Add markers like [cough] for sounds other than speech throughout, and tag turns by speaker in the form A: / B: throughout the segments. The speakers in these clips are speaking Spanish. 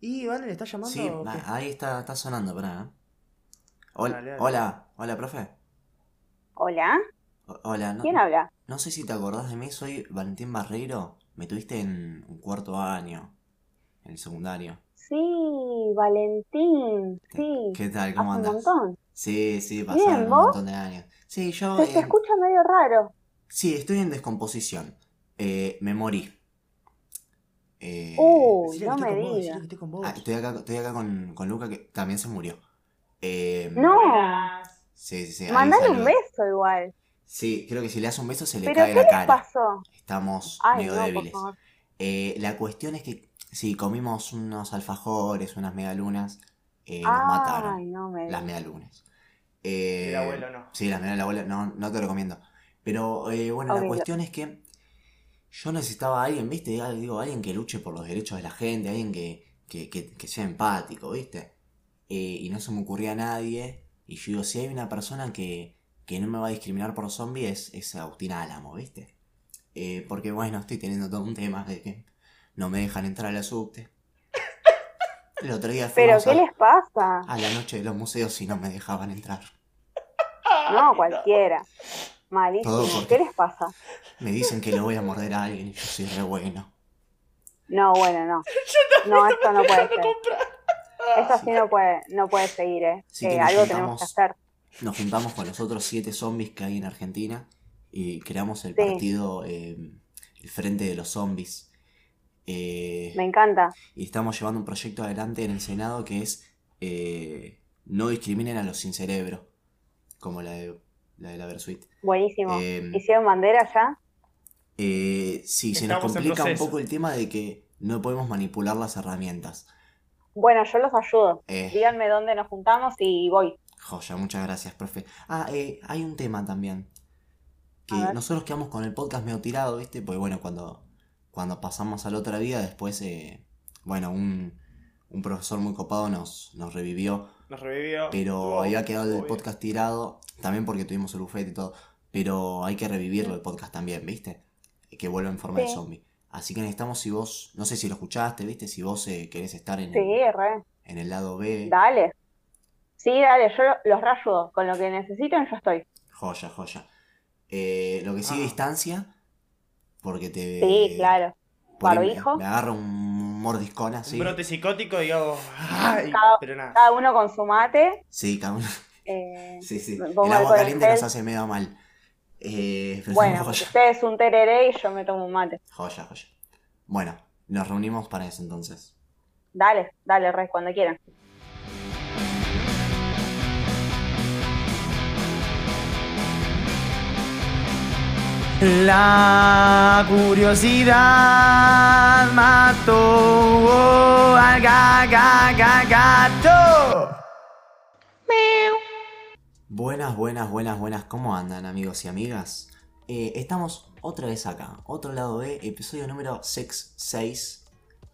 A: Y vale, le está llamando.
B: Sí,
A: o qué?
B: na- ahí está, está sonando, pará. ¿eh? Hola,
A: Dale, dale.
B: hola, hola, profe.
C: Hola,
B: O- hola, Ah, no,
C: ¿quién habla?
B: no sé si te acordás de mí, soy Valentín Barreiro. Me tuviste en un cuarto año, en el secundario.
C: Sí, Valentín, sí,
B: ¿Qué tal?
C: hace
B: ¿Cómo
C: un
B: andas?
C: montón.
B: Sí, sí,
C: Bien,
B: pasaron un
C: ¿vos?
B: montón de años. Sí, yo.
C: Se te
B: eh,
C: escucha medio raro.
B: sí, estoy en descomposición. Eh, me morí. Eh,
C: Uy,
A: Decile que estoy
C: no me
A: con vos, decile
C: digas.
A: que estoy con vos.
B: ah, estoy acá, estoy acá con, con Luca que también se murió. Eh,
C: No,
B: Sí, sí, sí. ahí
C: mandale un
B: saluda.
C: beso igual.
B: Sí, creo que si le hace un beso se le
C: ¿Pero
B: cae
C: qué
B: la
C: les
B: cara.
C: pasó?
B: Estamos
C: Ay,
B: medio
C: no, por
B: débiles.
C: favor.
B: Eh, la cuestión es que si comimos unos alfajores, unas medialunas, eh, nos
C: Ay,
B: mataron.
C: no
B: Las
C: me digas.
B: medialunas. Eh,
A: El abuelo no.
B: Sí, las medialunas del abuelo, no, no te lo recomiendo. Pero eh, bueno,
C: Ok,
B: la
C: lo-
B: cuestión es que yo necesitaba a alguien, ¿viste? Al- Digo, alguien que luche por los derechos de la gente, alguien que, que, que- que sea empático, ¿viste? Eh, y no se me ocurría a nadie. Y yo digo, si hay una persona que, que no me va a discriminar por zombie es, es Agustina Álamo, ¿viste? Eh, porque bueno, estoy teniendo todo un tema de que no me dejan entrar a la subte. El otro día
C: ¿Pero
B: fuimos
C: qué
B: a-
C: les pasa?
B: a la noche de los museos y no me dejaban entrar.
A: Ah,
C: No, cualquiera.
B: Todo
C: Malísimo.
B: porque-
C: ¿Qué les pasa?
B: Me dicen que le voy a morder a alguien y yo soy re bueno.
C: No,
B: [laughs]
C: bueno, no. No, esto no puede ser.
A: Ah,
C: Esto
B: Sí.
C: así no puede, no puede seguir, ¿eh?
B: Sí,
C: Eh,
B: que nos
C: algo tenemos que
B: juntamos.
C: hacer.
B: Nos juntamos con los otros siete zombies que hay en Argentina y creamos el
C: Sí.
B: partido, eh, el Frente de los Zombies. Eh,
C: Me encanta.
B: y estamos llevando un proyecto adelante en el Senado que es eh, no discriminen a los sin cerebro, como la de la, de la Versuit.
C: Buenísimo.
B: Eh,
C: ¿Hicieron bandera ya?
B: eh, sí, se nos
A: Estamos en
B: complica un
A: proceso.
B: poco el tema de que no podemos manipular las herramientas.
C: Bueno, yo los ayudo.
B: Eh,
C: Díganme dónde nos juntamos y voy.
B: Joya, muchas gracias, profe. Ah, eh, hay un tema también. Que
C: A ver.
B: nosotros quedamos con el podcast medio tirado, ¿viste? Porque bueno, cuando, cuando pasamos a la otra vida, después, eh, bueno, un, un profesor muy copado nos, nos revivió,
A: Nos revivió.
B: pero
A: Wow,
B: había quedado el
A: obvio.
B: podcast tirado, también porque tuvimos el bufete y todo, pero hay que revivirlo el podcast también, ¿viste? Que vuelva en forma de
C: Sí.
B: zombie. Así que necesitamos si vos, no sé si lo escuchaste, ¿viste? Si vos eh, querés estar en, el,
C: Sí, re.
B: en el lado B.
C: Dale. Sí, dale, yo los reayudo. Con lo que necesiten, yo estoy.
B: Joya, joya. Eh, lo que sigue
A: Ah.
B: distancia, porque te.
A: Eh,
C: Sí, claro.
B: por ahí me-
C: barbijo.
B: Me agarra un mordiscón así.
A: Un brote psicótico y hago. Ay,
C: Cada-
A: pero nada.
C: Cada uno con su mate.
B: Sí, cabrón.
C: eh,
B: [laughs] Sí, sí.
C: Me
B: El
C: pongo
B: agua
C: alcohol en
B: caliente
C: gel.
B: nos hace medio mal. Eh, pero
C: bueno,
B: joya.
C: ustedes un tereré y yo me tomo un mate.
B: Joya, joya. Bueno, nos reunimos para eso entonces.
C: Dale, dale, re, cuando quieran.
D: La curiosidad mató al ga- ga- ga- gato.
B: Buenas, buenas, buenas, buenas. ¿Cómo andan, amigos y amigas? Eh, estamos otra vez acá, otro lado B, episodio número 6. 6.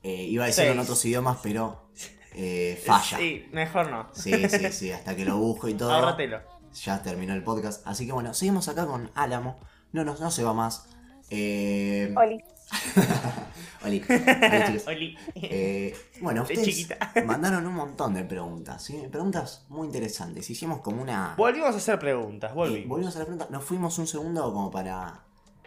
B: iba a decirlo en
A: Seis.
B: otros idiomas, pero
A: [laughs]
B: eh, falla.
A: Sí, mejor no.
B: Sí, sí, sí, hasta que lo busco y todo.
A: Ahorratelo.
B: Ya terminó el podcast. Así que bueno, seguimos acá con Álamo. No, no, no se va más. Eh... [laughs]
A: Mm,
C: Oli.
A: [laughs]
B: Oli. Hola, chicos.
A: Oli.
B: Eh, bueno,
A: De
B: ustedes
A: chiquita. [laughs]
B: mandaron un montón de preguntas, ¿sí? Preguntas muy interesantes. Hicimos como una...
A: Volvimos a hacer preguntas,
B: Eh,
A: volvimos.
B: volvimos a la pregunta. Nos fuimos un segundo como para,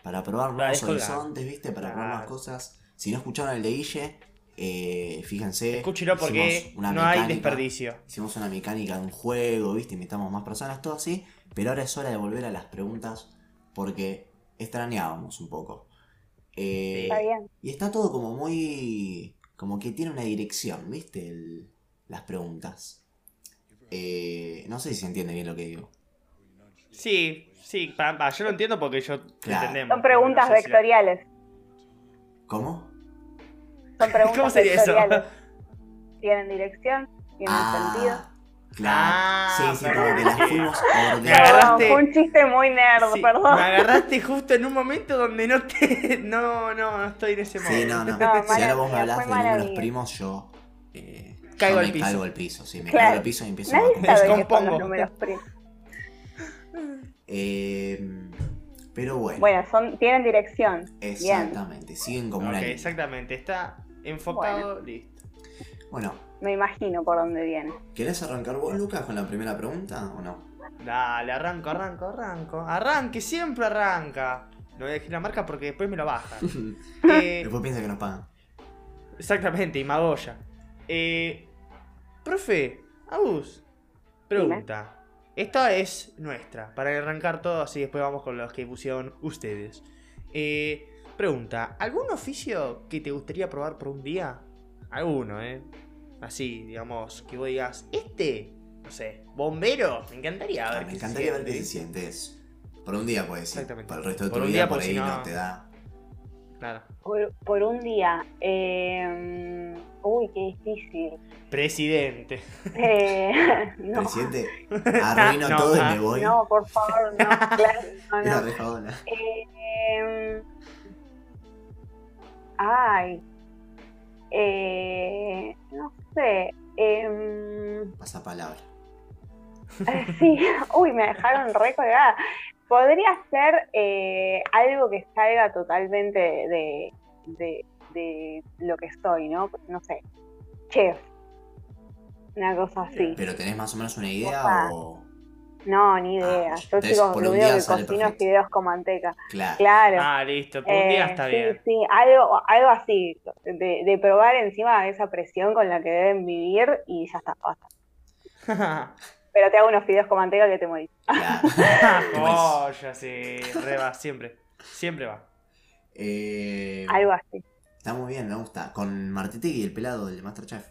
B: para probar
A: Para
B: nuevos
A: descolgar.
B: horizontes, ¿viste? Para probar
A: Claro.
B: nuevas cosas. Si no escucharon el de Guille, eh, fíjense.
A: Escúchelo porque
B: hicimos
A: no
B: una
A: hay
B: mecánica.
A: desperdicio.
B: Hicimos una mecánica de un juego, ¿viste? Invitamos más personas, todo así. Pero ahora es hora de volver a las preguntas porque extrañábamos un poco. Eh,
C: Está bien.
B: y está todo como muy. como que tiene una dirección, ¿viste? El- las preguntas. Eh, no sé si se entiende bien lo que digo.
A: Sí, sí, pa- pa, yo lo entiendo porque yo
B: Claro.
A: entendemos.
C: Son preguntas
A: No sé si la-
C: vectoriales.
B: ¿Cómo?
A: [laughs]
C: Son preguntas
A: ¿Cómo sería eso?
C: vectoriales.
A: [laughs]
C: Tienen dirección, tienen sentido.
B: Ah, Claro.
A: Ah,
B: sí, sí,
A: perdón.
B: como que las fuimos
A: [laughs] Me
B: ordenando.
C: Perdón,
A: agarraste-
C: fue un chiste muy nerd,
A: Sí,
C: perdón.
A: Me agarraste justo en un momento donde no te. [laughs] No, no, no estoy en ese momento.
B: Sí, no, no.
C: No,
B: si ahora vos me
C: maravilla,
B: hablás
C: fue
B: de números
C: maravilla.
B: primos, yo. eh, yo
A: Caigo
B: me
A: al piso.
B: Caigo al piso, sí, me
C: Claro.
B: caigo al piso y empiezo
C: Nadie
B: a
C: sabe
B: conversar.
C: qué son
A: Descompongo.
C: los números primos.
B: Eh, pero bueno,
C: Bueno, son, tienen dirección. Bien.
B: exactamente, siguen como
A: Ok,
B: una línea.
A: exactamente. Está enfocado, listo.
B: Bueno,
C: Me imagino por dónde viene.
B: ¿querés arrancar vos, Lucas, con la primera pregunta
A: [laughs]
B: o no?
A: Dale, arranco, arranco, arranco. Arranque, siempre arranca. No voy a decir la marca porque después me lo
B: [laughs]
A: baja. Eh,
B: Después piensa que nos pagan.
A: exactamente, y Magoya. Eh, profe, Agus, pregunta. Esta es nuestra, para arrancar todo, así después vamos con los que pusieron ustedes. Eh, pregunta, ¿algún oficio que te gustaría probar por un día? Alguno, ¿eh? Así, digamos, que vos digas, este, no sé, bombero, me encantaría ver.
B: Ah, me
A: qué ¿eh?
B: encantaría ver qué
A: siente".
B: se siente eso. Por un día puede ser.
A: Exactamente.
B: Para el resto de tu
A: Por un
B: vida
A: día,
B: por
A: porque
B: ahí
A: si
B: no...
A: no-
B: te da.
A: Claro.
C: Por, por un día. eh, uy, qué difícil. [laughs]
A: Presidente.
C: Eh, [laughs] no,
A: [laughs]
B: Presidente, arruino
A: No,
B: todo
A: ah,
B: y me voy. [laughs]
C: no, por favor, no, claro, no,
B: Era
C: no.
B: re jodona.
C: Eh, ay. Eh, no sé. Eh,
B: Pasa palabra.
C: sí, [laughs] uy, me dejaron re colgada. Podría ser eh, algo que salga totalmente de, de- de lo que soy, ¿no? Pues, No sé. Chef. Una cosa así.
B: Pero tenés más o menos una idea
C: Opa.
B: o.
C: No, ni idea.
B: Ah,
C: Yo
B: entonces,
C: chicos,
B: por un
C: video
B: día
C: que
B: sale
C: cocino
B: perfecto.
C: fideos con manteca.
B: Claro.
C: Claro.
A: Ah, listo, por un día
C: Eh,
A: está
C: sí,
A: bien.
C: sí, algo, algo así, de, de probar encima esa presión con la que deben vivir y ya está, basta.
A: [laughs]
C: Pero te hago unos fideos con manteca que te morís.
B: [laughs]
C: [laughs]
B: claro.
A: oh, ya sí, re va, siempre. Siempre va.
B: Eh,
C: Algo así.
B: Está muy bien, me gusta. Con Martetegui, el pelado del Masterchef.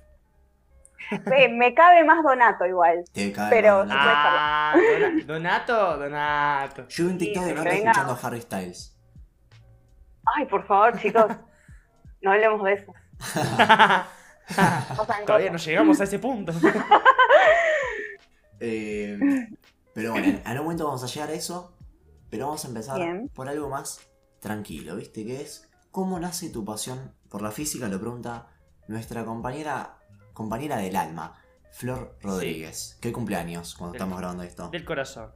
C: Ve, Eh, me cabe más Donato igual.
B: Te cae
C: Pero-
B: mal, no te-
C: Ah.
A: Ah, Dona- Donato, Donato.
C: [laughs]
B: Yo vi un TikTok de
C: Sí,
B: Nata
C: pero
B: escuchando
C: no.
B: a Harry Styles.
C: Ay, por favor, chicos,
A: [laughs]
C: no hablemos de eso. Pasan
A: Todavía
C: cosas.
A: no llegamos a ese punto. [laughs]
C: [laughs]
B: Eh, pero bueno, en algún momento vamos a llegar a eso. Pero vamos a empezar
C: Bien.
B: por algo más tranquilo, ¿viste? Que es cómo nace tu pasión por la física, lo pregunta nuestra compañera, compañera del alma, Flor Rodríguez. ¿Qué cumpleaños cuando
A: Del-
B: estamos grabando esto?
A: Del corazón.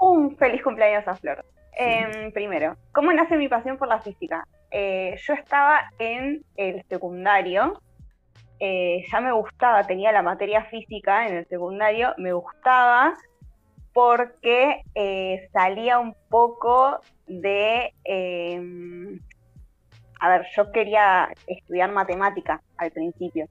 C: Un feliz cumpleaños a Flor. Em, primero, ¿cómo nace mi pasión por la física? Eh, yo estaba en el secundario, eh, ya me gustaba, tenía la materia física en el secundario, me gustaba porque eh, salía un poco de... em, a ver, yo quería estudiar matemática al principio,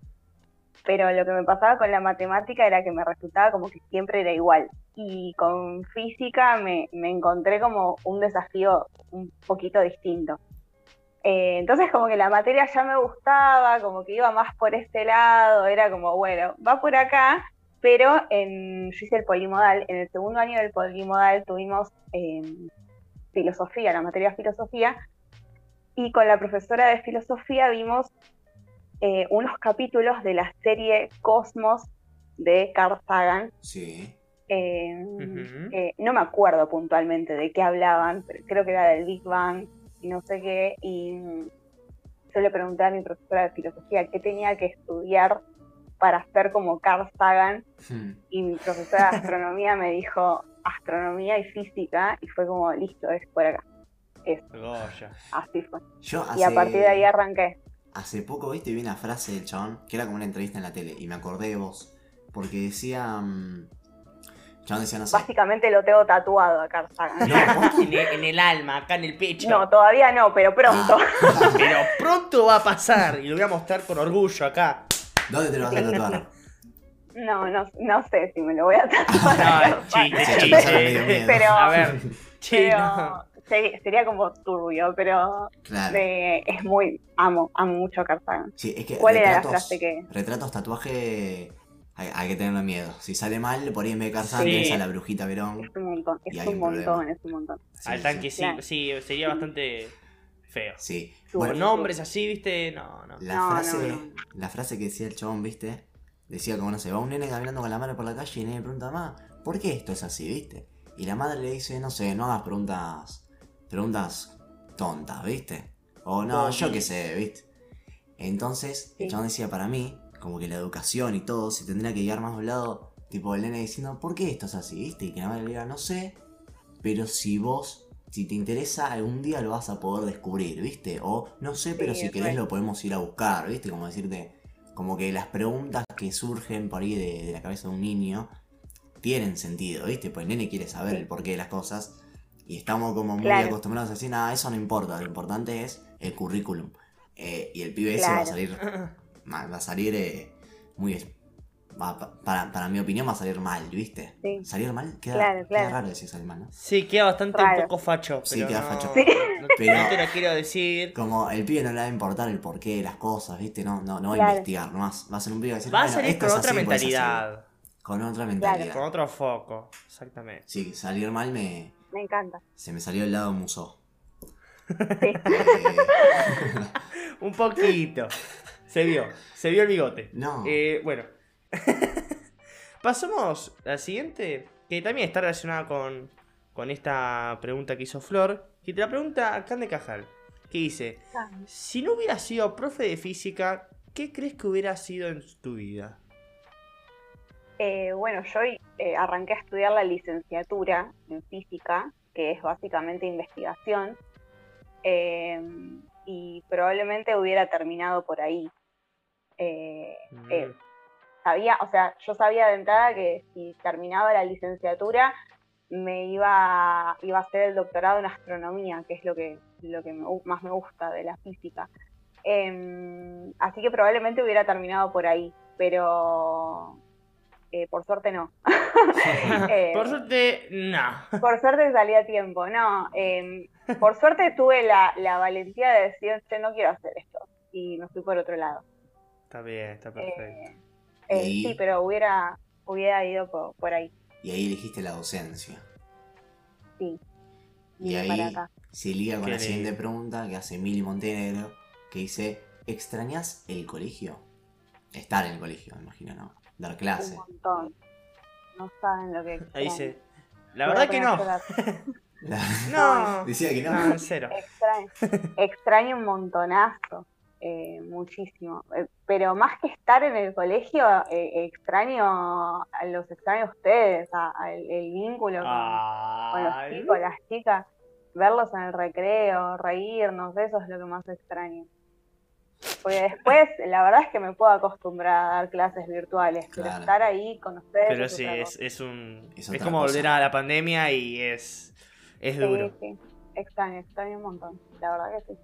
C: pero lo que me pasaba con la matemática era que me resultaba como que siempre era igual y con física me, me encontré como un desafío un poquito distinto. Eh, entonces como que la materia ya me gustaba, como que iba más por este lado, era como, bueno, va por acá, pero en, yo hice el polimodal, en el segundo año del polimodal tuvimos eh, filosofía, la materia filosofía, y con la profesora de filosofía vimos eh, unos capítulos de la serie Cosmos de Carl Sagan,
B: Sí.
C: eh,
A: Ujú.
C: eh, no me acuerdo puntualmente de qué hablaban, pero creo que era del Big Bang y no sé qué. Y mm, yo le pregunté a mi profesora de filosofía qué tenía que estudiar para ser como Carl Sagan.
B: Hmm.
C: Y mi profesora de astronomía me dijo astronomía y física. Y fue como, listo, es por acá.
A: Goya.
C: Así fue.
B: Yo
C: Y a partir de ahí arranqué.
B: Hace poco, viste, vi una frase del chabón que era como una entrevista en la tele y me acordé de vos. Porque decía. mm, el chabón decía, no sé.
C: Básicamente lo tengo tatuado a Carl Sagan.
A: En el, en el alma, acá en el pecho.
C: No, todavía no, pero pronto.
B: Ah.
A: Pero pronto va a pasar y lo voy a mostrar con orgullo acá.
B: ¿Dónde te lo vas a tatuar?
C: [laughs] No, no, no sé si me lo voy a tatuar. a
A: No,
C: Carl Sagan.
A: chiste,
B: Sí, me dio
A: chiste.
B: miedo.
C: [laughs] Pero-
A: A ver, chiste.
C: Pero seri- sería como turbio, pero
B: Claro.
C: eh, es muy. Amo, amo mucho a Carl Sagan.
B: Sí, es que
C: ¿Cuál era la
B: retratos,
C: frase que-
B: Retratos, tatuaje. Hay, hay que tenerle miedo. Si sale mal, por ahí en vez de Tarzán
A: Sí.
B: tenés a la brujita Verón.
C: Es un montón,
B: Y
C: es
B: hay
C: un
B: un
C: montón,
B: problema.
C: es un montón.
B: Sí,
A: Al
B: sí,
A: tanque sí,
C: Claro.
A: sí, sería bastante feo.
B: Sí. pues.
C: Su
A: Con
B: Bueno,
C: bonito.
A: nombres así, viste, no, no.
B: la,
C: No, no,
B: frase,
C: no.
B: la frase que decía el chabón, viste, decía como no sé, va un nene caminando con la madre por la calle y el nene pregunta, mamá, ¿por qué esto es así, viste? Y la madre le dice, no sé, no hagas preguntas. preguntas tontas, viste. O no,
A: Bobis.
B: yo qué sé, viste. Entonces, el
C: Sí.
B: chabón decía para mí, como que la educación y todo se tendría que guiar más a un lado, tipo el nene diciendo, ¿por qué esto es así, viste? Y que la madre le diga, no sé, pero si vos, si te interesa, algún día lo vas a poder descubrir, ¿viste? O no sé, pero
C: Sí,
B: si
C: es
B: querés
C: re.
B: lo podemos ir a buscar, ¿viste? Como decirte, Como que las preguntas que surgen por ahí de, de la cabeza de un niño tienen sentido, ¿viste? Pues el nene quiere saber el porqué de las cosas y estamos como muy
C: Claro.
B: acostumbrados a decir, nada, eso no importa, lo importante es el currículum. Eh, y el pibe ese va a
C: Claro.
B: salir, va va a salir eh, muy... es- va- pa- para, para mi opinión va a salir mal, ¿viste?
C: Sí.
B: ¿Salir mal? Queda,
C: Claro,
B: queda
C: claro.
B: raro decir salir mal, ¿no?
A: [laughs] Sí, queda bastante
C: Raro.
A: un poco facho.
B: Sí,
A: pero
B: queda
A: no-
B: facho.
C: Sí.
A: No,
B: Pero-
A: no te lo quiero decir.
B: Como el pibe no le va a importar el porqué de las cosas, ¿viste? No, no, no va a
C: Claro.
B: investigar, no va a- va a ser un pibe que va a decir,
A: Va a
B: "Bueno,
A: salir
B: esto
A: con
B: es
A: otra
B: así, pues es así".
A: mentalidad.
B: Con otra mentalidad.
A: Con otro foco. Exactamente.
B: Sí, salir mal me,
C: Me encanta.
B: se me salió el lado musó.
C: Sí.
B: Eh,
A: Un
B: [laughs]
A: poquito. Se vio. Se vio el bigote.
B: no.
A: [laughs] Eh, bueno. Pasamos a la siguiente, que también está relacionada con, con esta pregunta que hizo Flor, que te la pregunta a Cande Cajal, que dice, si no hubieras sido profe de física, ¿qué crees que hubiera sido en tu vida?
C: Eh, bueno, yo eh, arranqué a estudiar la licenciatura en física, que es básicamente investigación, eh, y probablemente hubiera terminado por ahí. Eh, Eh,
A: Mm.
C: sabía, o sea, yo sabía de entrada que si terminaba la licenciatura me iba, iba a hacer el doctorado en astronomía, que es lo que, lo que me gu- más me gusta de la física. Em, así que probablemente hubiera terminado por ahí, pero eh, por suerte no. [laughs] Eh,
A: Por suerte, no. [laughs]
C: por suerte salí a tiempo, no. em, por suerte tuve la, la valentía de decir, "Che, no quiero hacer esto, y me fui por otro lado.
A: Está bien, está perfecto.
C: Eh,
B: Y-
C: Sí, pero hubiera, hubiera ido por, por ahí.
B: Y ahí elegiste la docencia.
C: Sí.
B: Y
C: Vine
B: ahí
C: para acá.
B: se liga con
A: Qué
B: la
A: lindo.
B: siguiente pregunta que hace Mili Montenegro, que dice, ¿extrañas el colegio? Estar en el colegio, me imagino, ¿no? Dar
C: Un
B: clase.
C: montón. No saben lo que.
A: Ahí
C: extraño.
A: dice, la
C: eh. Voy a
A: verdad que
C: poner a
A: no.
C: llorar.
A: No.
B: [laughs] Decía que
A: No,
C: Ah,
B: no.
A: en cero. [laughs]
C: Extraño, extraño un montonazo. eh, muchísimo. Eh, pero más que estar en el colegio, eh, extraño a los extraño a ustedes, a- al el vínculo con, con los
A: Ay.
C: chicos, las chicas. Verlos en el recreo, reírnos, eso es lo que más extraño. Porque después, la verdad es que me puedo acostumbrar a dar clases virtuales, pero
B: Claro.
C: estar ahí con ustedes.
A: Pero
C: es
A: sí,
C: otra
A: es,
C: cosa.
A: es un.
B: Es
A: Es,
B: otra
A: como
B: cosa.
A: volver a la pandemia y es. Es
C: Sí,
A: duro.
C: sí. Extraño, extraño un montón. La verdad que sí.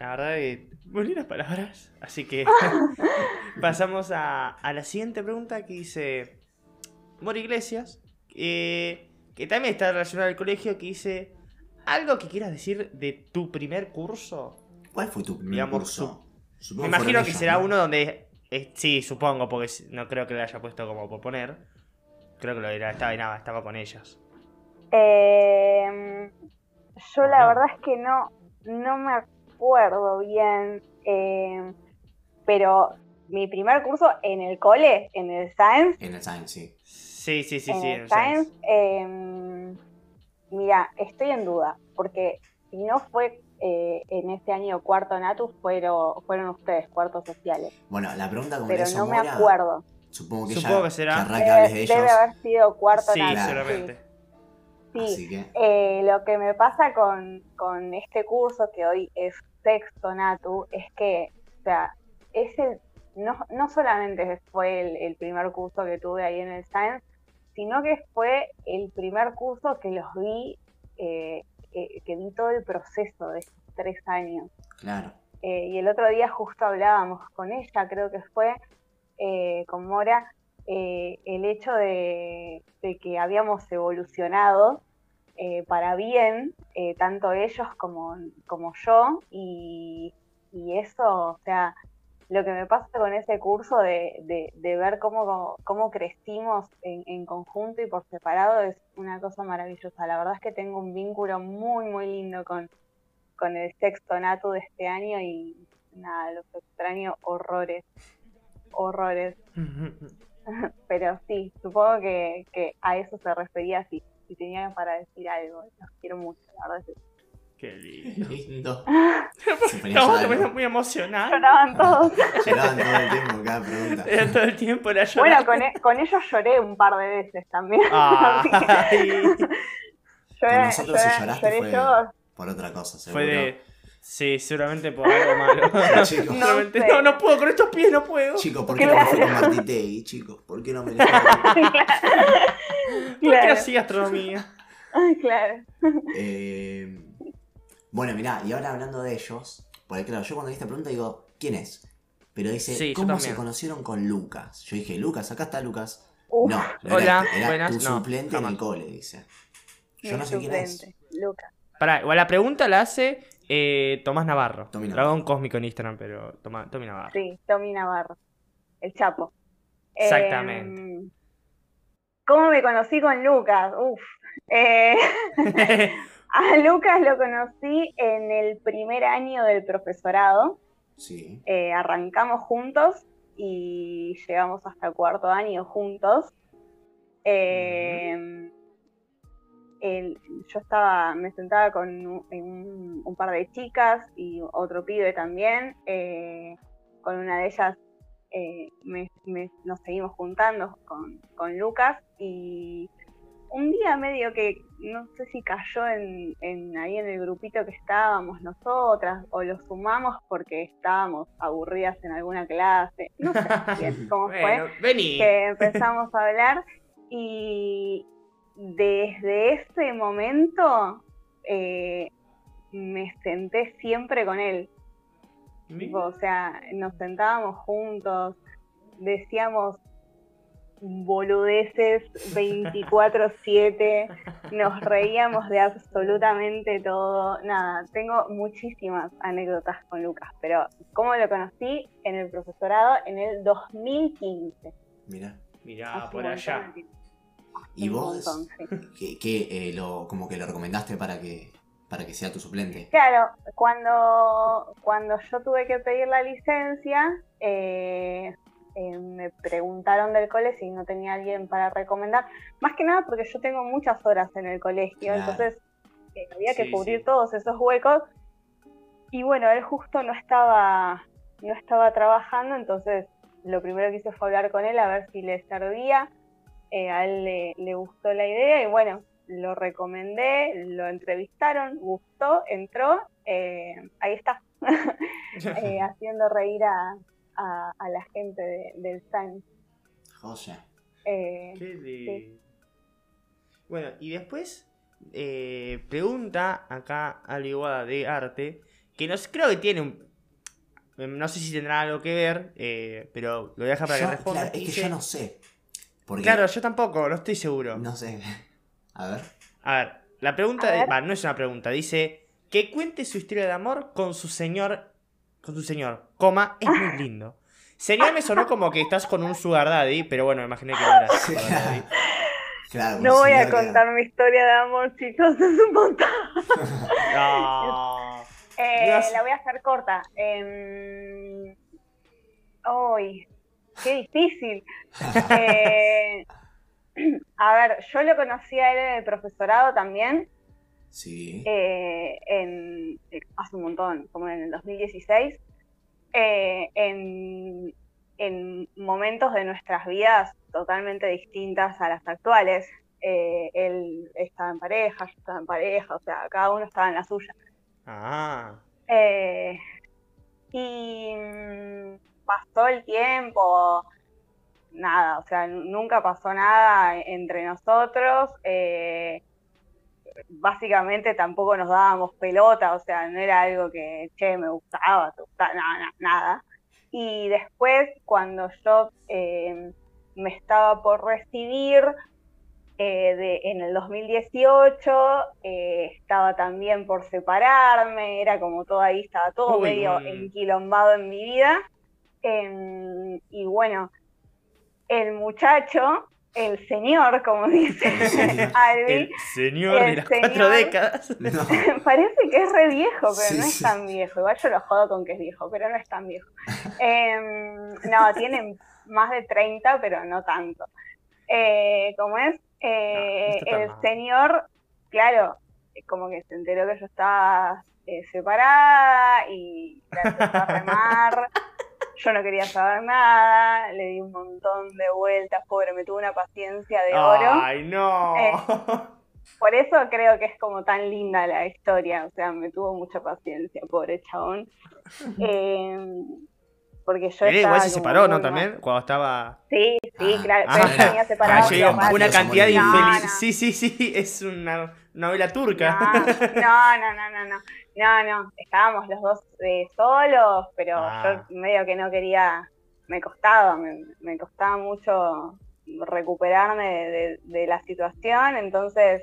A: La verdad que. Muy lindas palabras. Así
C: [laughs]
A: que. pasamos a, a la siguiente pregunta que dice. Mori Iglesias. eh, que también está relacionada al colegio. Que dice. Algo que quieras decir de tu primer curso.
B: ¿Cuál fue tu primer
A: Digamos,
B: curso?
A: Me
B: Supongo fueron
A: imagino que
B: ellas,
A: será
B: ¿no?
A: uno donde. eh, sí, supongo, porque s- no creo que lo haya puesto como por poner. Creo que lo era, estaba, nada, estaba con ellas.
C: Eh, yo la
A: Bueno.
C: verdad es que no, no me acuerdo bien, eh, pero mi primer curso en el cole, en el Science,
B: En el Science, sí.
A: Sí, sí, sí,
C: en
A: sí.
C: el
A: en
C: Science,
A: Science.
C: eh, mira, estoy en duda, porque si no fue eh, en este año cuarto Natus, fueron, fueron ustedes cuartos sociales,
B: Bueno, la pregunta como
C: pero
B: le hizo
C: no me
B: Mora,
C: acuerdo.
B: Supongo que
A: Supongo
B: ya
A: que será.
B: querrá que hables de
C: Debe,
B: ellos.
C: debe haber sido cuarto
A: Sí,
C: Natus.
B: Claro.
A: seguramente.
B: [laughs]
C: sí, sí.
B: Así que,
C: Eh, lo que me pasa con, con este curso, que hoy es sexto Natu, es que, o sea, es el, no, no solamente fue el, el primer curso que tuve ahí en el Science, sino que fue el primer curso que los vi, eh, que, que vi todo el proceso de estos tres años.
B: claro.
C: Eh, y el otro día justo hablábamos con ella, creo que fue, eh, con Mora, eh, el hecho de, de que habíamos evolucionado eh, para bien, eh, tanto ellos como, como yo, y, y eso, o sea, lo que me pasa con ese curso de, de- de ver cómo, cómo crecimos en, en conjunto y por separado es una cosa maravillosa. La verdad es que tengo un vínculo muy, muy lindo con, con el sexto nato de este año y nada, los extraño horrores, horrores. Pero sí, supongo que, que a eso se refería si, si tenían para decir algo. Los quiero mucho, la verdad. es que
A: [laughs] Qué [laughs] lindo.
B: Lindo.
A: [laughs]
B: Se ponía
A: Estamos
B: ya algo.
A: muy emocional.
B: [laughs]
C: Lloraban todos.
B: Lloraban todo el tiempo cada pregunta.
A: [laughs] Era todo el tiempo la llorada. [laughs]
C: [laughs] Bueno, con, e- con ellos lloré un par de veces
B: [laughs]
C: también.
A: Ay,
C: Lloré, [laughs]
B: nosotros si
C: lloré-
B: lloraste
C: lloré
B: fue-
C: yo.
B: Por otra cosa, seguro.
A: fue de. Sí, seguramente por algo malo.
B: Chicos,
C: [laughs] No
A: Seguramente-
C: sé.
A: no, no puedo, con estos pies no puedo.
B: chicos, ¿por qué no me
C: Claro.
B: fui con Martitegui, chicos? ¿Por qué no me la-
A: ¿Por qué no
C: Claro.
A: hacía astronomía?
C: [laughs] Ay, claro.
B: Eh, Bueno, mirá, y ahora hablando de ellos, porque claro, yo cuando vi esta pregunta digo, ¿quién es? Pero dice,
A: Sí, yo
B: ¿cómo se
A: también.
B: conocieron con Lucas? Yo dije, Lucas, acá está Lucas.
C: Uf,
B: no, no
A: Hola,
B: era, este, era
A: buenas,
B: tu
A: no,
B: suplente en
A: jamás.
B: el cole, dice. [laughs] Yo
C: mi
B: no sé quién es.
C: suplente, Lucas.
A: Pará, igual la pregunta la hace eh, Tomás Navarro.
B: Tommy Navarro.
A: Dragón Cósmico en Instagram, pero Toma, Tommy Navarro.
C: Sí, Tommy Navarro. El Chapo. Eh,
A: Exactamente.
C: ¿Cómo me conocí con Lucas? Uf. Eh, a Lucas lo conocí en el primer año del profesorado.
B: Sí.
C: Eh, arrancamos juntos y llegamos hasta cuarto año juntos. Eh, el- yo estaba, me sentaba con un, un- un par de chicas y otro pibe también. eh, con una de ellas eh, me- me- nos seguimos juntando con, con Lucas y un día medio que no sé si cayó en, en- ahí en el grupito que estábamos nosotras o lo sumamos porque estábamos aburridas en alguna clase, no sé bien cómo fue,
A: [laughs] bueno, vení.
C: que empezamos a hablar y desde ese momento eh, me senté siempre con él,
A: Mi-
C: o sea, nos sentábamos juntos, decíamos boludeces 24/7, nos reíamos de absolutamente todo. Nada, tengo muchísimas anécdotas con Lucas, pero ¿cómo lo conocí? En el profesorado en el 2015.
B: Mirá.
A: Mirá,
C: Hace
A: Ah, por
C: un
A: allá.
C: montón de tiempo.
B: ¿Y
C: Un
B: vos?
C: montón, sí.
B: Que, que, eh, lo, como que lo recomendaste para que, para que sea tu suplente.
C: Claro, cuando, cuando yo tuve que pedir la licencia, eh, eh, me preguntaron del cole si no tenía alguien para recomendar. Más que nada porque yo tengo muchas horas en el colegio,
B: Claro.
C: entonces eh, había que
A: Sí,
C: cubrir
A: sí.
C: todos esos huecos. Y bueno, él justo no estaba, no estaba trabajando, entonces lo primero que hice fue hablar con él a ver si le servía. Eh, a él le, le gustó la idea y bueno, lo recomendé, lo entrevistaron, gustó, entró, eh, ahí
A: [laughs]
C: está, eh, haciendo reír a, a- a la gente de- del SAN.
B: Joya.
C: Eh,
A: Qué de-
C: Sí.
A: Bueno, y después eh, pregunta acá Iguada de Arte, que no sé- creo que tiene un... mm, No sé si tendrá algo que ver, eh, pero lo voy a dejar para
B: Yo-
A: que responda.
B: claro, es que
A: Dice-
B: yo no sé. Porque
A: Claro, yo tampoco, no estoy seguro.
B: no sé. [laughs] A ver.
A: A ver, la
C: A
A: pregunta... de-
C: ver.
A: va, no es una pregunta, dice... Que cuente su historia de amor con su señor... Con su señor, coma, es
C: [laughs]
A: muy lindo. Señor me sonó como que estás con un sugar daddy, pero bueno, me imaginé que no era sugar
C: [laughs]
A: daddy.
B: [laughs] Claro, con
C: no voy a
B: señor que-
C: contar mi historia de amor, chicos, [laughs] es un montón.
A: No.
C: Eh,
A: Gracias.
C: la voy a hacer corta. Em, Ay, qué difícil. Eh, [clears throat] a ver, yo lo conocí a él en el profesorado también.
B: Sí.
C: eh, en, eh, hace un montón, como en el 2016, eh, en, en momentos de nuestras vidas totalmente distintas a las actuales. Eh, él estaba en pareja, yo estaba en pareja, o sea, cada uno estaba en la suya.
A: Ah.
C: Eh, y mm, pasó el tiempo, nada, o sea, nu- nunca pasó nada entre nosotros. eh, básicamente tampoco nos dábamos pelota, o sea, no era algo que, che, me gustaba, te gustaba, no, no, nada. Y después, cuando yo eh, me estaba por recibir, eh, de- en el 2018, eh, estaba también por separarme, era como todo ahí, estaba todo
A: Uy,
C: medio
A: mm.
C: enquilombado en mi vida. Em, y bueno, el muchacho, el señor, como [laughs] dice
B: El señor.
A: El
C: Albi,
A: señor de
C: ¿Eh? El
A: las
C: señor.
A: cuatro décadas.
B: No.
C: [laughs] parece que es re viejo, pero
B: Sí,
C: no es
B: sí.
C: tan viejo. Igual yo lo jodo con que es viejo, pero no es
A: [laughs]
C: tan viejo. Em, no, tiene más de 30, pero no tanto. Eh, ¿Cómo es? Eh,
A: No, no está tan
C: el
A: mal.
C: señor, claro, eh, como que se enteró que yo estaba eh, separada y la empezó a
A: [laughs]
C: remar. Yo no quería saber nada, le
A: [laughs]
C: di un montón de vueltas, pobre, me tuvo una paciencia de oro.
A: Ay, no.
C: Por eso creo que es como tan linda la historia, o sea, me tuvo mucha paciencia, pobre
A: [laughs]
C: chabón. Eh, porque yo...
A: Él Eh, igual
C: estaba
A: se
C: como
A: separó,
C: muy
A: ¿no?
C: mal.
A: También, cuando estaba.
C: Sí, sí,
B: Ah,
C: claro,
A: ah,
C: pero él tenía separado.
A: Ah,
B: sí,
A: yo digo,
B: aparte,
A: una
B: se
A: cantidad de
B: murió.
A: infeliz.
C: No, no.
A: Sí, sí, sí, [laughs] es una novela turca.
C: No, no, no, no, no, no, no, estábamos los dos eh, solos, pero
A: Ah.
C: yo medio que no quería, me costaba, me, me costaba mucho recuperarme de, de- de la situación, entonces,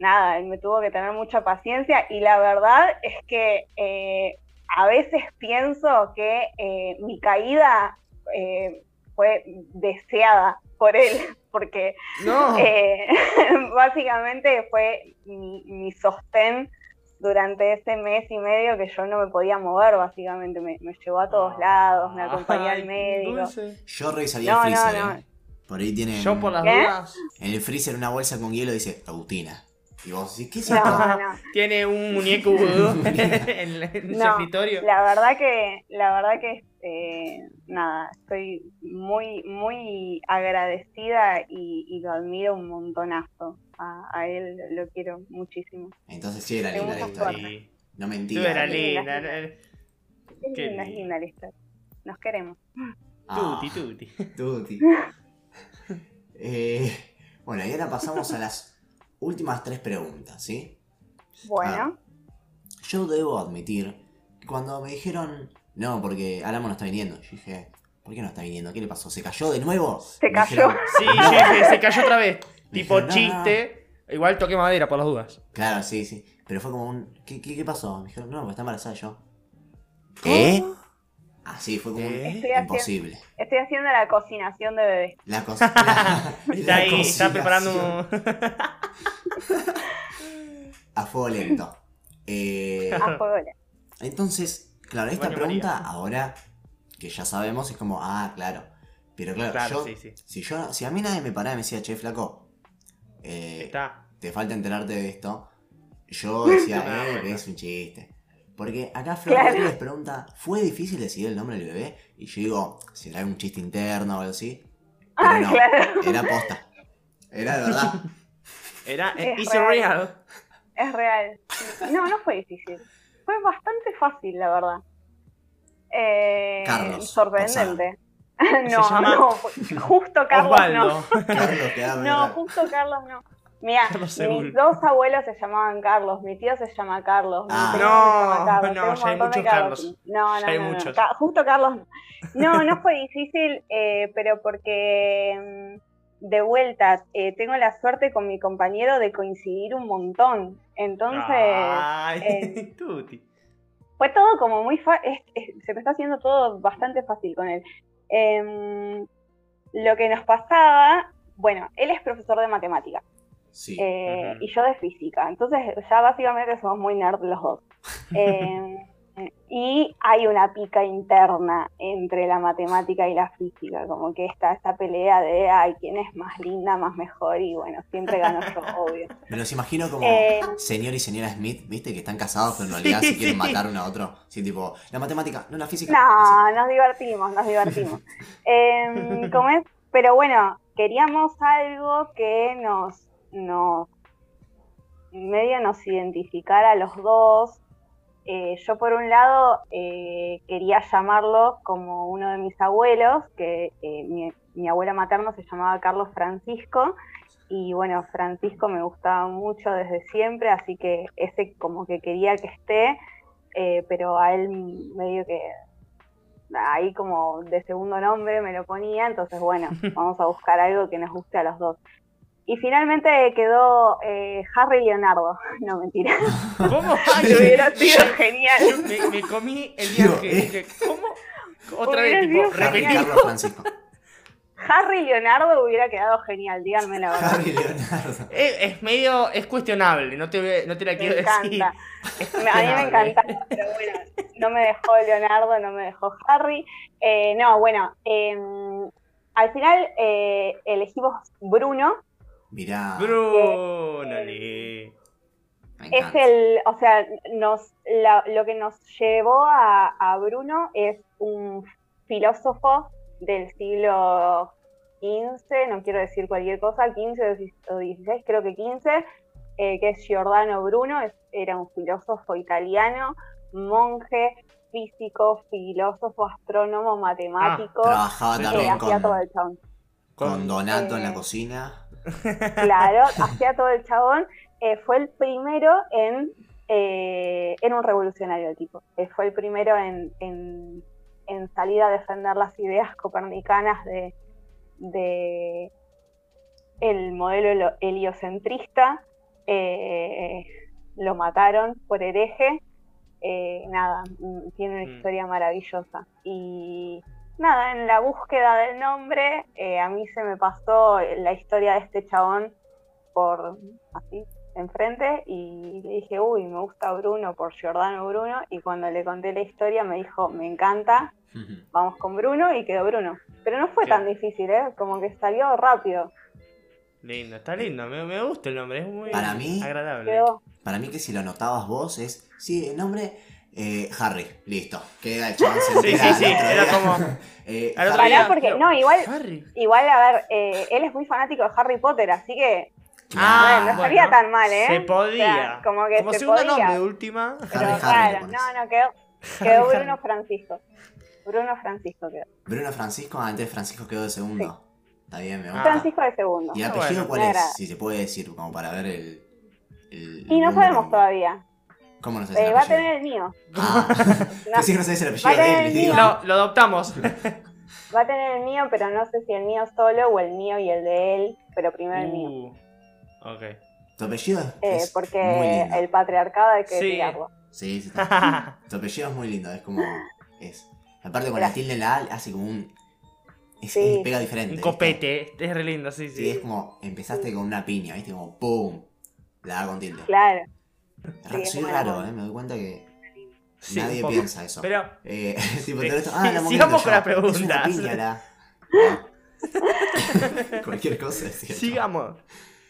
C: nada, él me tuvo que tener mucha paciencia y la verdad es que eh, a veces pienso que eh, mi caída eh, fue deseada por él, [laughs] porque...
A: [laughs] No.
C: Eh, [laughs] básicamente fue mi, mi sostén durante ese mes y medio que yo no me podía mover, básicamente. Me, me llevó a todos lados, me acompañó
A: Ay,
C: al médico.
A: dulce.
B: Yo revisaría
C: No,
B: el freezer.
C: no, no.
B: ¿eh? Por ahí tiene.
A: Yo por las
C: ¿Qué?
A: dudas.
B: En el freezer una bolsa con hielo dice Agustina. Y vos decís, ¿qué es
C: [laughs] No,
B: esto?
C: no.
A: Tiene un muñeco vudú [laughs] en, la- en su
C: No,
A: escritorio.
C: La verdad que, la verdad que eh, nada, estoy muy, muy agradecida y, y lo admiro un montonazo. A, a él lo quiero muchísimo.
B: Entonces sí era
C: Tengo
B: linda la
C: mucha
B: historia.
C: suerte.
A: Sí.
B: No
A: Tú
B: mentira.
A: era
B: eh.
C: linda.
A: linda. era-
C: Es
A: Qué
C: linda, es
A: lindo.
C: linda la historia. Nos queremos.
B: Ah,
A: Tuti, tuti.
B: [laughs]
C: [laughs]
B: tuti. Eh, bueno, y ahora pasamos a las últimas tres preguntas, ¿sí?
A: Ah,
C: Bueno,
B: Yo debo admitir que cuando me dijeron, no, porque Alamo no está viniendo, yo dije, ¿por qué no está viniendo? ¿Qué le pasó? ¿Se cayó de nuevo?
C: se
B: Me
C: cayó.
B: dijeron,
A: Sí, jefe, se cayó otra vez. Tipo
B: no, no.
A: chiste. Igual toqué madera por las dudas.
B: claro, sí, sí. Pero fue como un, ¿qué, qué, qué pasó? Me dijeron, no, porque está embarazada yo. ¿Qué?
A: ¿Qué?
B: Así, fue como un,
A: ¿Eh?
C: Estoy haciendo-
B: imposible.
C: Estoy haciendo la cocinación de bebés. [laughs]
B: La cosa. la-
A: Está
B: la
A: ahí, está
B: conciliación
A: preparando un-
B: A fuego lento. Eh,
A: [laughs]
C: A Ah, fuego lento.
B: entonces, claro, esta
A: Baño
B: pregunta ahora que ya sabemos es como, ah, claro. Pero claro,
A: Claro,
B: yo,
A: sí, sí.
B: Si, yo, si a mí nadie me paraba y me decía, che, flaco, eh,
A: Está.
B: te falta enterarte de esto,
A: [laughs]
B: yo decía,
A: Ah,
B: eh,
A: bueno.
B: que es un chiste. Porque acá Flor
C: Claro.
B: les pregunta, ¿fue difícil decidir el nombre del bebé? Y yo digo, ¿será un chiste interno o algo así? Pero
C: Ah,
B: no,
C: claro. [laughs]
B: era posta. Era de
A: [laughs]
B: verdad.
A: Era
C: Es
A: Easy
C: real.
A: Real.
C: Es real. No, no fue difícil. Fue bastante fácil, la verdad. Eh,
B: Carlos,
C: sorprendente.
A: Se
C: [laughs] no,
A: llama
C: no, fue- justo Carlos
A: Osvaldo.
B: Carlos, quedaba
C: no. No,
B: verdad.
C: justo Carlos no. Mira,
A: Carlos
C: mis
A: Seúl.
C: dos abuelos se llamaban Carlos, mi tío se llama Carlos, mi
B: Ah.
C: primo
A: No, no,
C: se llama Carlos, tengo un
A: ya hay
C: montón de
A: muchos Carlos. Ya
C: No, no,
A: hay
C: no, no,
A: muchos.
C: Ca- justo Carlos. no. No, no fue difícil, eh, pero porque mm, de vuelta, eh, tengo la suerte con mi compañero de coincidir un montón. Entonces,
A: Ay,
C: eh,
A: [laughs] Tuti.
C: fue todo como muy fácil, se me está haciendo todo bastante fácil con él. Em, lo que nos pasaba, bueno, él es profesor de matemática
B: Sí.
C: eh,
A: Ujú.
C: y yo de física, entonces ya básicamente somos muy nerd los dos. Em, y hay una pica interna entre la matemática y la física, como que está esta pelea de, ay, quién es más linda, más mejor, y bueno, siempre gano yo, obvio.
B: Me los imagino como
C: Eh.
B: señor y señora Smith, ¿viste? Que están casados, pero en realidad
A: Sí,
B: se quieren
A: sí.
B: matar uno a otro. Sí, tipo, la matemática, no la física. Así.
C: No, nos divertimos,
B: [laughs]
C: nos divertimos. Em, ¿cómo es? Pero bueno, queríamos algo que nos, nos medio nos identificara a los dos. Eh, yo por un lado eh, quería llamarlo como uno de mis abuelos, que eh, mi, mi abuelo materno se llamaba Carlos Francisco, y bueno, Francisco me gustaba mucho desde siempre, así que ese como que quería que esté, eh, pero a él medio que ahí como de segundo nombre me lo ponía, entonces bueno, vamos a buscar algo que nos guste a los dos. Y finalmente quedó eh, Harry Leonardo, [laughs] no mentira, [laughs]
A: ¿Cómo?
C: que hubiera
A: [laughs]
C: sido
A: Yo-
C: genial.
A: yo me, me comí el
B: Yo,
A: viaje.
B: eh.
A: Dije, ¿Cómo? Otra
C: Hubiera
A: vez, tipo,
C: sido
B: Harry
A: repetí.
C: genial.
B: Carlos Francisco.
C: Harry Leonardo hubiera quedado genial, díganme la verdad.
B: Harry Leonardo.
A: Eh, Es, medio, es cuestionable, no te, no te la
C: Me
A: quiero decir. [laughs]
C: encanta. Me- a mí me encanta, pero bueno, no me dejó Leonardo, no me dejó Harry. Eh, no, bueno, em, al final eh, elegimos Bruno,
B: Mirá.
A: Bruno, le-
B: me
C: es
B: encanta.
C: el, o sea, nos, la- lo que nos llevó a, a Bruno es un filósofo del siglo 15, no quiero decir cualquier cosa, 15 o 16, creo que 15, eh, que es Giordano Bruno, es- era un filósofo italiano, monje, físico, filósofo, astrónomo, matemático.
B: Trabajaba
A: Sí.
C: eh,
B: también
C: hacía todo
B: con,
C: el chabón.
B: con Donato en
C: eh,
B: la cocina.
C: Claro, hacía todo el chabón. Eh, fue el primero en. eh, era un revolucionario el tipo. Eh, fue el primero en, en- en salir a defender las ideas copernicanas de, de el modelo helo- heliocentrista. Eh, lo mataron por hereje. Eh, nada, mm, tiene una
A: Mm.
C: historia maravillosa. Y nada, en la búsqueda del nombre, eh, a mí se me pasó la historia de este chabón por así, enfrente, y le dije, uy, me gusta Bruno por Giordano Bruno, y cuando le conté la historia me dijo, me encanta, vamos con Bruno, y quedó Bruno. Pero no fue
A: Sí.
C: tan difícil, ¿eh? Como que salió rápido,
A: Lindo, está lindo, me, me gusta el nombre, es muy
B: Para mí-
A: agradable.
C: quedó.
B: Para mí que si lo anotabas vos es, sí, el nombre eh, Harry, listo, queda
A: [laughs]
B: el chabón. se
A: Sí,
B: entera
A: sí,
B: al
A: sí,
B: otro
A: era
B: día.
A: como-
B: [laughs] Eh,
A: Al otro
B: Harry,
A: día,
C: Pará, porque,
A: pero-
C: no, igual,
A: Harry.
C: igual, a ver, eh, él es muy fanático de Harry Potter, así que
A: Ah,
C: bueno, no
A: bueno,
C: estaría tan mal, ¿eh?
A: Se
C: O
A: podía.
C: sea, como que
A: como
C: se
A: segundo
C: podía.
A: nombre de última.
C: Pero
B: Harry, Harry,
C: claro,
B: le pones.
C: no, no, quedó, quedó
A: Harry, [laughs]
C: Bruno
A: Harry.
C: Francisco. Bruno Francisco quedó.
B: Bruno Francisco, ah, antes Francisco quedó de segundo. Está bien, me gusta.
C: Francisco de segundo.
B: ¿Y el
A: Ah,
B: apellido
A: bueno,
B: cuál
C: me
B: es?
C: agrada.
B: Si se puede decir, como para ver el. el-
C: Y no
B: el
C: sabemos
B: número.
C: todavía.
B: ¿Cómo no sabes
C: Eh,
B: el
C: va a
B: apellido?
C: tener el mío.
B: Ah, [laughs]
C: No,
B: sí que no sabes el
C: Va
B: apellido
C: a tener
B: de
C: el
B: él, digo.
C: mío.
A: No, lo
C: [laughs]
A: adoptamos.
C: va a tener el mío, pero no sé si el mío solo o el mío y el de él, pero primero el mío.
A: Uh, ok. [laughs]
B: Tu apellido es.
C: Eh,
B: es muy
C: porque
B: lindo.
C: el patriarcado hay que
A: Sí.
C: tirarlo.
B: Sí,
A: [laughs]
B: sí, está. Tu apellido es muy lindo, es
C: [laughs]
B: como. Es. Aparte, con la
C: Gracias.
B: tilde en la A hace como un. Es,
C: Sí.
B: es- pega diferente.
A: Un
B: ¿viste?
A: copete, es re lindo, sí,
B: Sí, es
A: sí.
B: como. Empezaste con una piña, ¿viste? Como ¡pum! La A con tilde.
C: Claro.
B: Ra-
C: es
B: Soy
C: una
B: raro,
C: buena.
B: ¿eh? Me doy cuenta que
A: Sí,
B: nadie
A: un poco.
B: piensa eso.
A: Pero
B: Eh, [laughs] tipo,
A: Sí.
B: todo esto- ah, la
A: Sigamos
B: momento
A: con
B: yo.
A: las
B: Es una
A: preguntas. [laughs]
B: piña la- [laughs] Cualquier cosa es cierto.
A: sigamos.
B: Eh,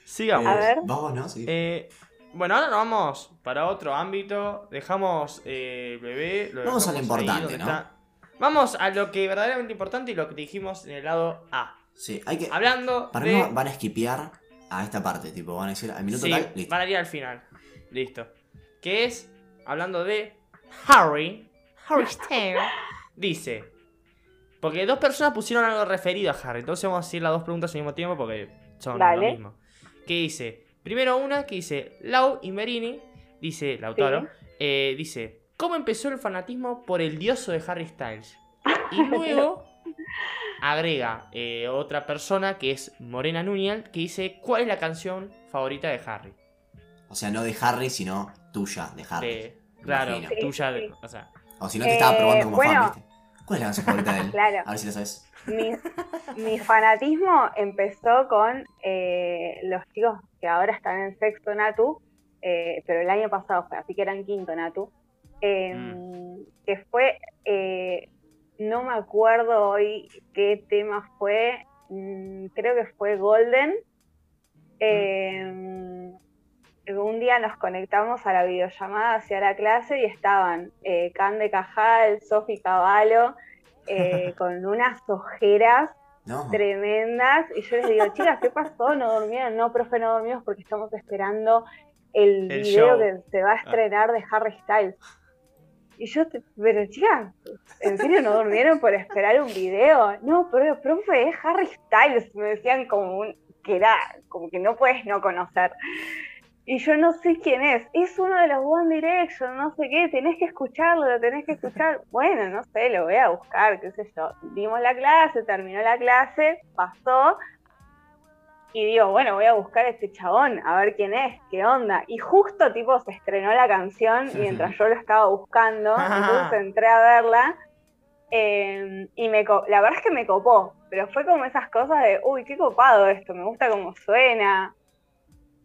A: Sigamos.
C: A ver.
B: Vamos, ¿no? Sí.
A: Eh, bueno, ahora nos vamos para otro ámbito. Dejamos eh, el bebé. lo
B: Vamos a lo
A: dejamos ahí
B: importante,
A: donde
B: ¿no?
A: está. Vamos a lo que verdaderamente importante y lo que dijimos en el lado A.
B: Sí, hay que.
A: Hablando
B: Para
A: de.
B: mí van a esquipear a esta parte, tipo, van a decir al minuto
A: Sí,
B: tal, listo.
A: van a ir al final. Listo. Que es, hablando de Harry, Harry Styles, dice. Porque dos personas pusieron algo referido a Harry. Entonces vamos a decir las dos preguntas al mismo tiempo porque son lo
C: Dale.
A: mismo. Que dice, primero una que dice Lau Inverini, dice Lautaro, eh, dice, ¿cómo empezó el fanatismo por el dioso de Harry Styles?
C: [laughs]
A: Y luego agrega eh, otra persona que es Morena Núñez, que dice cuál es la canción favorita de Harry.
B: O sea, no de Harry, sino tuya, de Harry.
A: De, claro,
B: Ah, imagino.
A: tuya.
C: Sí, sí.
A: O sea,
B: O si no te
C: Eh,
B: estaba probando como
C: bueno.
B: fan, ¿viste? ¿Cuál es la canción favorita de él?
C: [laughs] Claro.
B: A ver si la sabes.
C: mi, mi fanatismo empezó con eh, los chicos que ahora están en sexto Natu, eh, pero el año pasado fue, así que eran quinto Natu, eh, que fue, eh, no me acuerdo hoy qué tema fue, mm, creo que fue Golden. Eh, Un día nos conectamos a la videollamada hacia la clase y estaban eh, Can de Cajal, Sofi Cavallo, eh, con unas ojeras
B: No.
C: tremendas. Y yo les digo, chicas, ¿qué pasó? ¿No durmieron? No, profe, no dormimos porque estamos esperando el,
A: El
C: video
A: show.
C: que se va a estrenar de Harry Styles. Y yo, te- pero chicas, ¿en serio no durmieron por esperar un video? No, pero profe, es Harry Styles. Me decían como un, que era, como que no puedes no conocer. Y yo no sé quién es. Es uno de los One Direction, no sé qué. Tenés que escucharlo, lo tenés que escuchar. Bueno, no sé, lo voy a buscar, qué sé yo. Dimos la clase, terminó la clase, pasó. Y digo, bueno, voy a buscar a este chabón, a ver quién es, qué onda. Y justo, tipo, se estrenó la canción mientras yo lo estaba buscando. Entonces entré a verla. eh, y me co- la verdad es que me copó, pero fue como esas cosas de, uy, qué copado esto, me gusta cómo suena,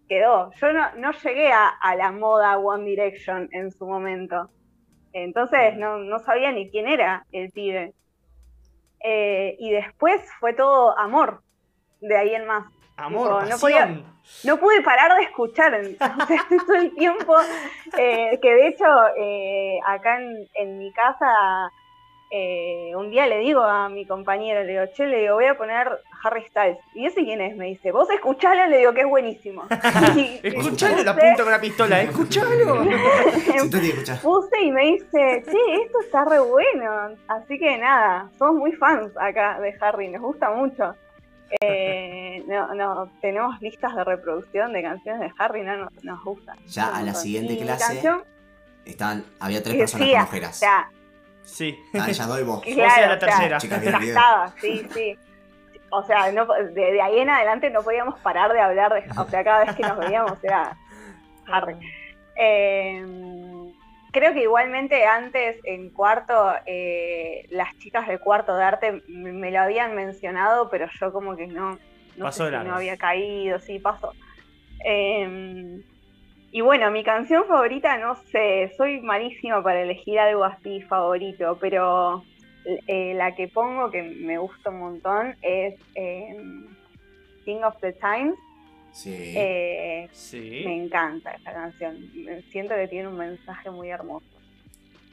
C: quedó. Yo no, no llegué a, a la moda One Direction en su momento. Entonces no, no sabía ni quién era el pibe. Eh, y después fue todo amor de ahí en más.
A: amor,
C: Tipo, no
A: pasión.
C: No pude parar de escuchar entonces, [laughs] todo el tiempo, eh, que de hecho eh, acá en, en mi casa eh, un día le digo a mi compañero, le digo, che, le digo, voy a poner Harry Styles. ¿Y ese quién es? Me dice, vos escuchalo, le digo, que es buenísimo. Y
A: Escuchalo,
C: puse-
A: la apunta con la pistola,
B: [laughs]
A: escuchalo.
B: Sentate y escuchá.
C: [laughs] Puse y me dice, che, esto está re bueno. Así que nada, somos muy fans acá de Harry, nos gusta mucho.
B: [laughs]
C: Eh, no, no, tenemos listas de reproducción de canciones de Harry, no, no- nos gusta.
B: Ya a la siguiente
C: Y mi
B: clase
C: canción,
B: estaban, había tres
C: y
B: personas
C: decía,
B: con
C: o
B: ojeras.
C: sea,
A: Sí.
B: Estaban ellas dos y
C: [laughs]
B: vos.
C: Y-
A: Vos seas la
C: Claro, claro.
A: tercera.
B: Chicas, bien, bien.
C: Estaba, sí, sí. O sea, no, de, de ahí en adelante no podíamos parar de hablar, de, o sea, cada vez que nos veíamos era Harry. Eh, creo que igualmente antes en cuarto, eh, las chicas de cuarto de arte me, me lo habían mencionado, pero yo como que no, no,
A: Pasó
C: sé
A: de
C: si
A: largo.
C: no había caído, sí, pasó. Eh, y bueno, mi canción favorita, no sé, soy malísima para elegir algo así favorito, pero eh, la que pongo que me gusta un montón es eh, Thing of the Times.
B: Sí.
C: Eh, me
A: Sí.
C: encanta esta canción. Me- Siento que tiene un mensaje muy hermoso.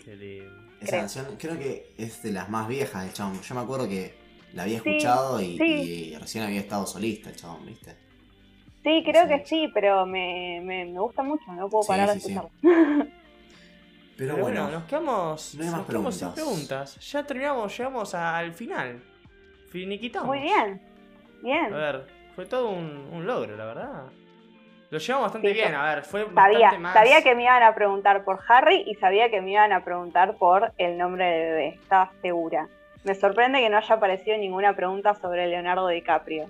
A: Qué lindo.
B: Esa
C: creo.
B: canción creo que es de las más viejas del chabón. Yo me acuerdo que la había
C: Sí,
B: escuchado y,
C: sí.
B: y recién había estado solista el chabón, ¿viste?
C: Sí, creo
B: Sí.
C: que sí, pero me, me, me gusta mucho, no puedo
B: Sí,
C: parar de
B: sí, sí.
C: escucharla.
B: Pero,
A: Pero
B: bueno,
A: bueno, nos quedamos,
B: no hay más
A: nos quedamos sin
B: preguntas.
A: preguntas. Ya terminamos, llegamos al final. Finiquitamos.
C: Muy bien,
A: A
C: bien.
A: ver, fue todo un, un logro, la verdad. Lo llevamos bastante
C: Sí,
A: bien,
C: yo
A: a ver, fue
C: Sabía,
A: bastante más.
C: sabía que me iban a preguntar por Harry y sabía que me iban a preguntar por el nombre del bebé, estaba segura. Me sorprende que no haya aparecido ninguna pregunta sobre Leonardo DiCaprio.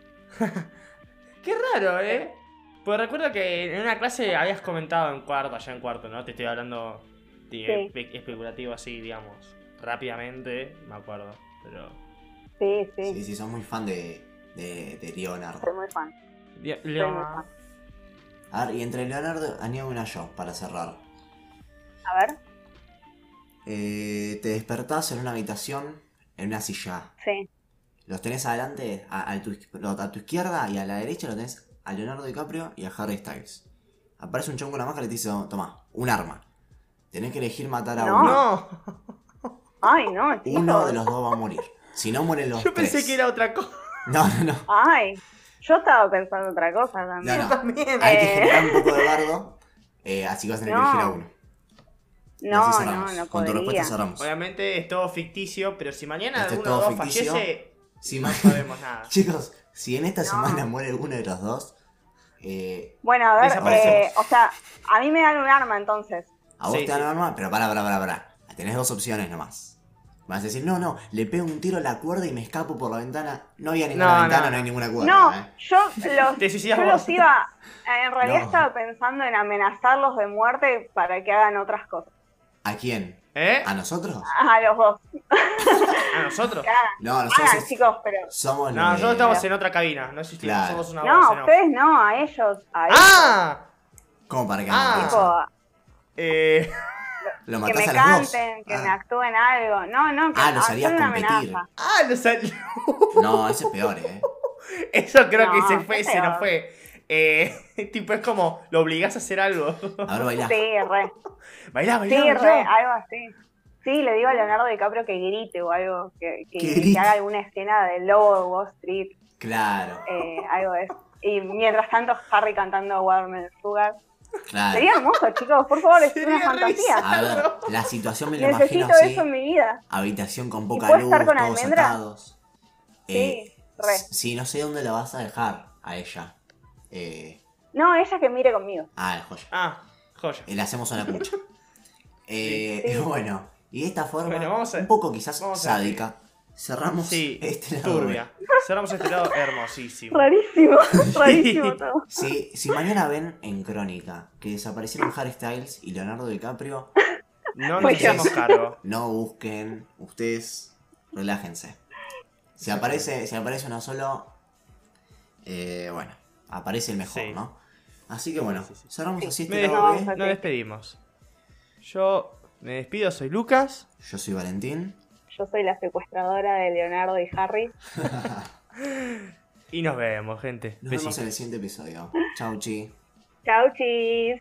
A: Qué raro, ¿eh? Pues recuerdo que en una clase habías comentado en cuarto, allá en cuarto, ¿no? Te estoy hablando de espe- especulativo así, digamos. Rápidamente, me acuerdo. Pero.
C: Sí, sí,
B: Sí, sí, sos muy fan de, de, de Leonardo.
C: soy muy fan.
A: Di-
C: muy
A: Leo- ah,
C: fan.
B: A ver, y entre Leonardo, añado una yo para cerrar.
C: A ver,
B: Eh, te despertás en una habitación, en una silla.
C: sí,
B: Los tenés adelante, a, a tu, lo- a tu izquierda y a la derecha lo tenés a Leonardo DiCaprio y a Harry Styles. Aparece un chongo con una máscara y te dice, tomá, un arma. Tenés que elegir matar a
C: No.
B: uno.
A: No,
C: Ay, no, chicos.
B: Uno de los dos va a morir. Si no mueren los
A: yo pensé
B: tres.
A: que era otra cosa.
B: [laughs] No, no, no.
C: Ay, yo estaba pensando otra cosa
B: No,
C: también.
B: no.
A: También.
B: Hay que
C: Eh.
B: generar un poco de bardo. eh, así que vas a tener que
C: No.
B: elegir a uno. Y
C: [laughs] No,
B: así
C: no, no,
B: cerramos. Con tu
C: podría.
B: respuesta cerramos.
A: Obviamente es todo ficticio, pero si mañana
B: Esto Este es
A: alguno de
B: todo
A: los dos
B: ficticio.
A: fallece,
B: Si
A: no
B: ma-
A: sabemos
B: [laughs]
A: nada.
B: Chicos, si en esta
C: No.
B: semana muere uno de los dos, eh,
C: Bueno, a ver,
A: Desaparecemos.
C: eh, o sea, a mí me dan un arma entonces.
B: a vos
A: Sí,
B: te dan
A: sí.
B: arma, pero pará, pará, pará, pará. Tenés dos opciones nomás. Vas a decir, no, no, le pego un tiro a la cuerda y me escapo por la ventana. No había ninguna
A: No, no,
B: ventana, no,
A: no.
B: hay ninguna cuerda.
C: No,
B: eh.
C: yo
B: [laughs]
C: los,
A: Te suicidas
C: yo
A: vos.
C: los iba, en realidad
B: No.
C: estaba pensando en amenazarlos de muerte para que hagan otras cosas.
B: ¿A quién?
A: ¿Eh?
B: ¿A nosotros?
C: A los dos.
A: ¿A nosotros?
B: No, nosotros
C: Hagan, Ah, chicos, pero...
B: somos
A: No,
B: los de-
A: nosotros estamos en otra cabina, no existimos,
B: Claro.
A: somos una
C: No,
B: eh,
A: voz, no.
C: ustedes no, a ellos. A ellos.
A: ¡Ah!
B: ¿Cómo para que
A: Ah.
B: hagan
C: Tipo,
B: eso?
A: Eh. [laughs]
B: Lo
C: que
B: matás
C: me
B: a los dos.
C: canten, que
B: Ah.
C: me actúen algo. No, no, que
B: Ah, los
C: hacer
B: harías
C: una
B: competir.
C: amenaza.
A: Ah, lo salió.
B: No, ese es peor, eh.
A: [laughs] Eso creo
C: No,
A: que se
C: qué
A: fue, se
C: peor.
A: nos fue. Eh, [laughs] tipo, es como, lo obligás a hacer algo. [laughs]
B: A ver, bailá.
C: Sí, re.
A: Bailá,
C: Sí,
A: bailá,
C: re,
A: bailá.
C: algo así. Sí, le digo a Leonardo DiCaprio que grite o algo, que, que-
B: Que
C: que
B: grite.
C: haga alguna escena del lobo de Wall Street,
B: Claro,
C: eh, algo de eso. Y mientras tanto, Harry cantando Watermelon Sugar.
B: claro.
C: Sería hermoso, chicos, por favor, es
A: Sería
C: una fantasía.
B: A ver, la situación me la imagino
C: Necesito
B: así.
C: eso en mi vida.
B: Habitación con poca
C: puedo
B: luz,
C: estar con
B: todos
C: almendra?
B: atados.
C: Sí,
B: Eh,
C: re.
B: s- Sí, no sé dónde la vas a dejar a ella. Eh,
C: No, ella que mire conmigo.
B: ah, la joya.
A: Ah, joya.
B: Eh, Le hacemos una
C: [laughs]
B: cucha. Eh, [laughs]
C: Sí.
B: bueno, y de esta forma,
A: Bueno, vamos a-
B: un poco quizás
A: vamos a-
B: sádica, cerramos
A: Sí,
B: [laughs] este lado.
A: turbia. Cerramos este lado hermosísimo.
B: [laughs]
C: Rarísimo, rarísimo todo.
B: Sí, si mañana ven en Crónica que desaparecieron Harry Styles y Leonardo DiCaprio,
A: No nos
C: Pues
A: hicimos cargo.
B: No busquen, ustedes relájense. Si aparece, si aparece uno solo, eh, bueno, aparece el mejor,
A: Sí.
B: ¿no? Así que bueno,
A: Sí, sí, sí.
B: cerramos así
A: Me
B: [laughs] este
A: dejo-
B: lado
C: No,
B: B.
A: Nos despedimos. Yo me despido, soy Lucas.
B: Yo soy Valentín.
C: Yo soy la secuestradora de Leonardo y Harry.
A: Y nos vemos, gente.
B: Nos
A: Besitos.
B: vemos en el siguiente episodio. Chau, chi.
C: Chau, chis.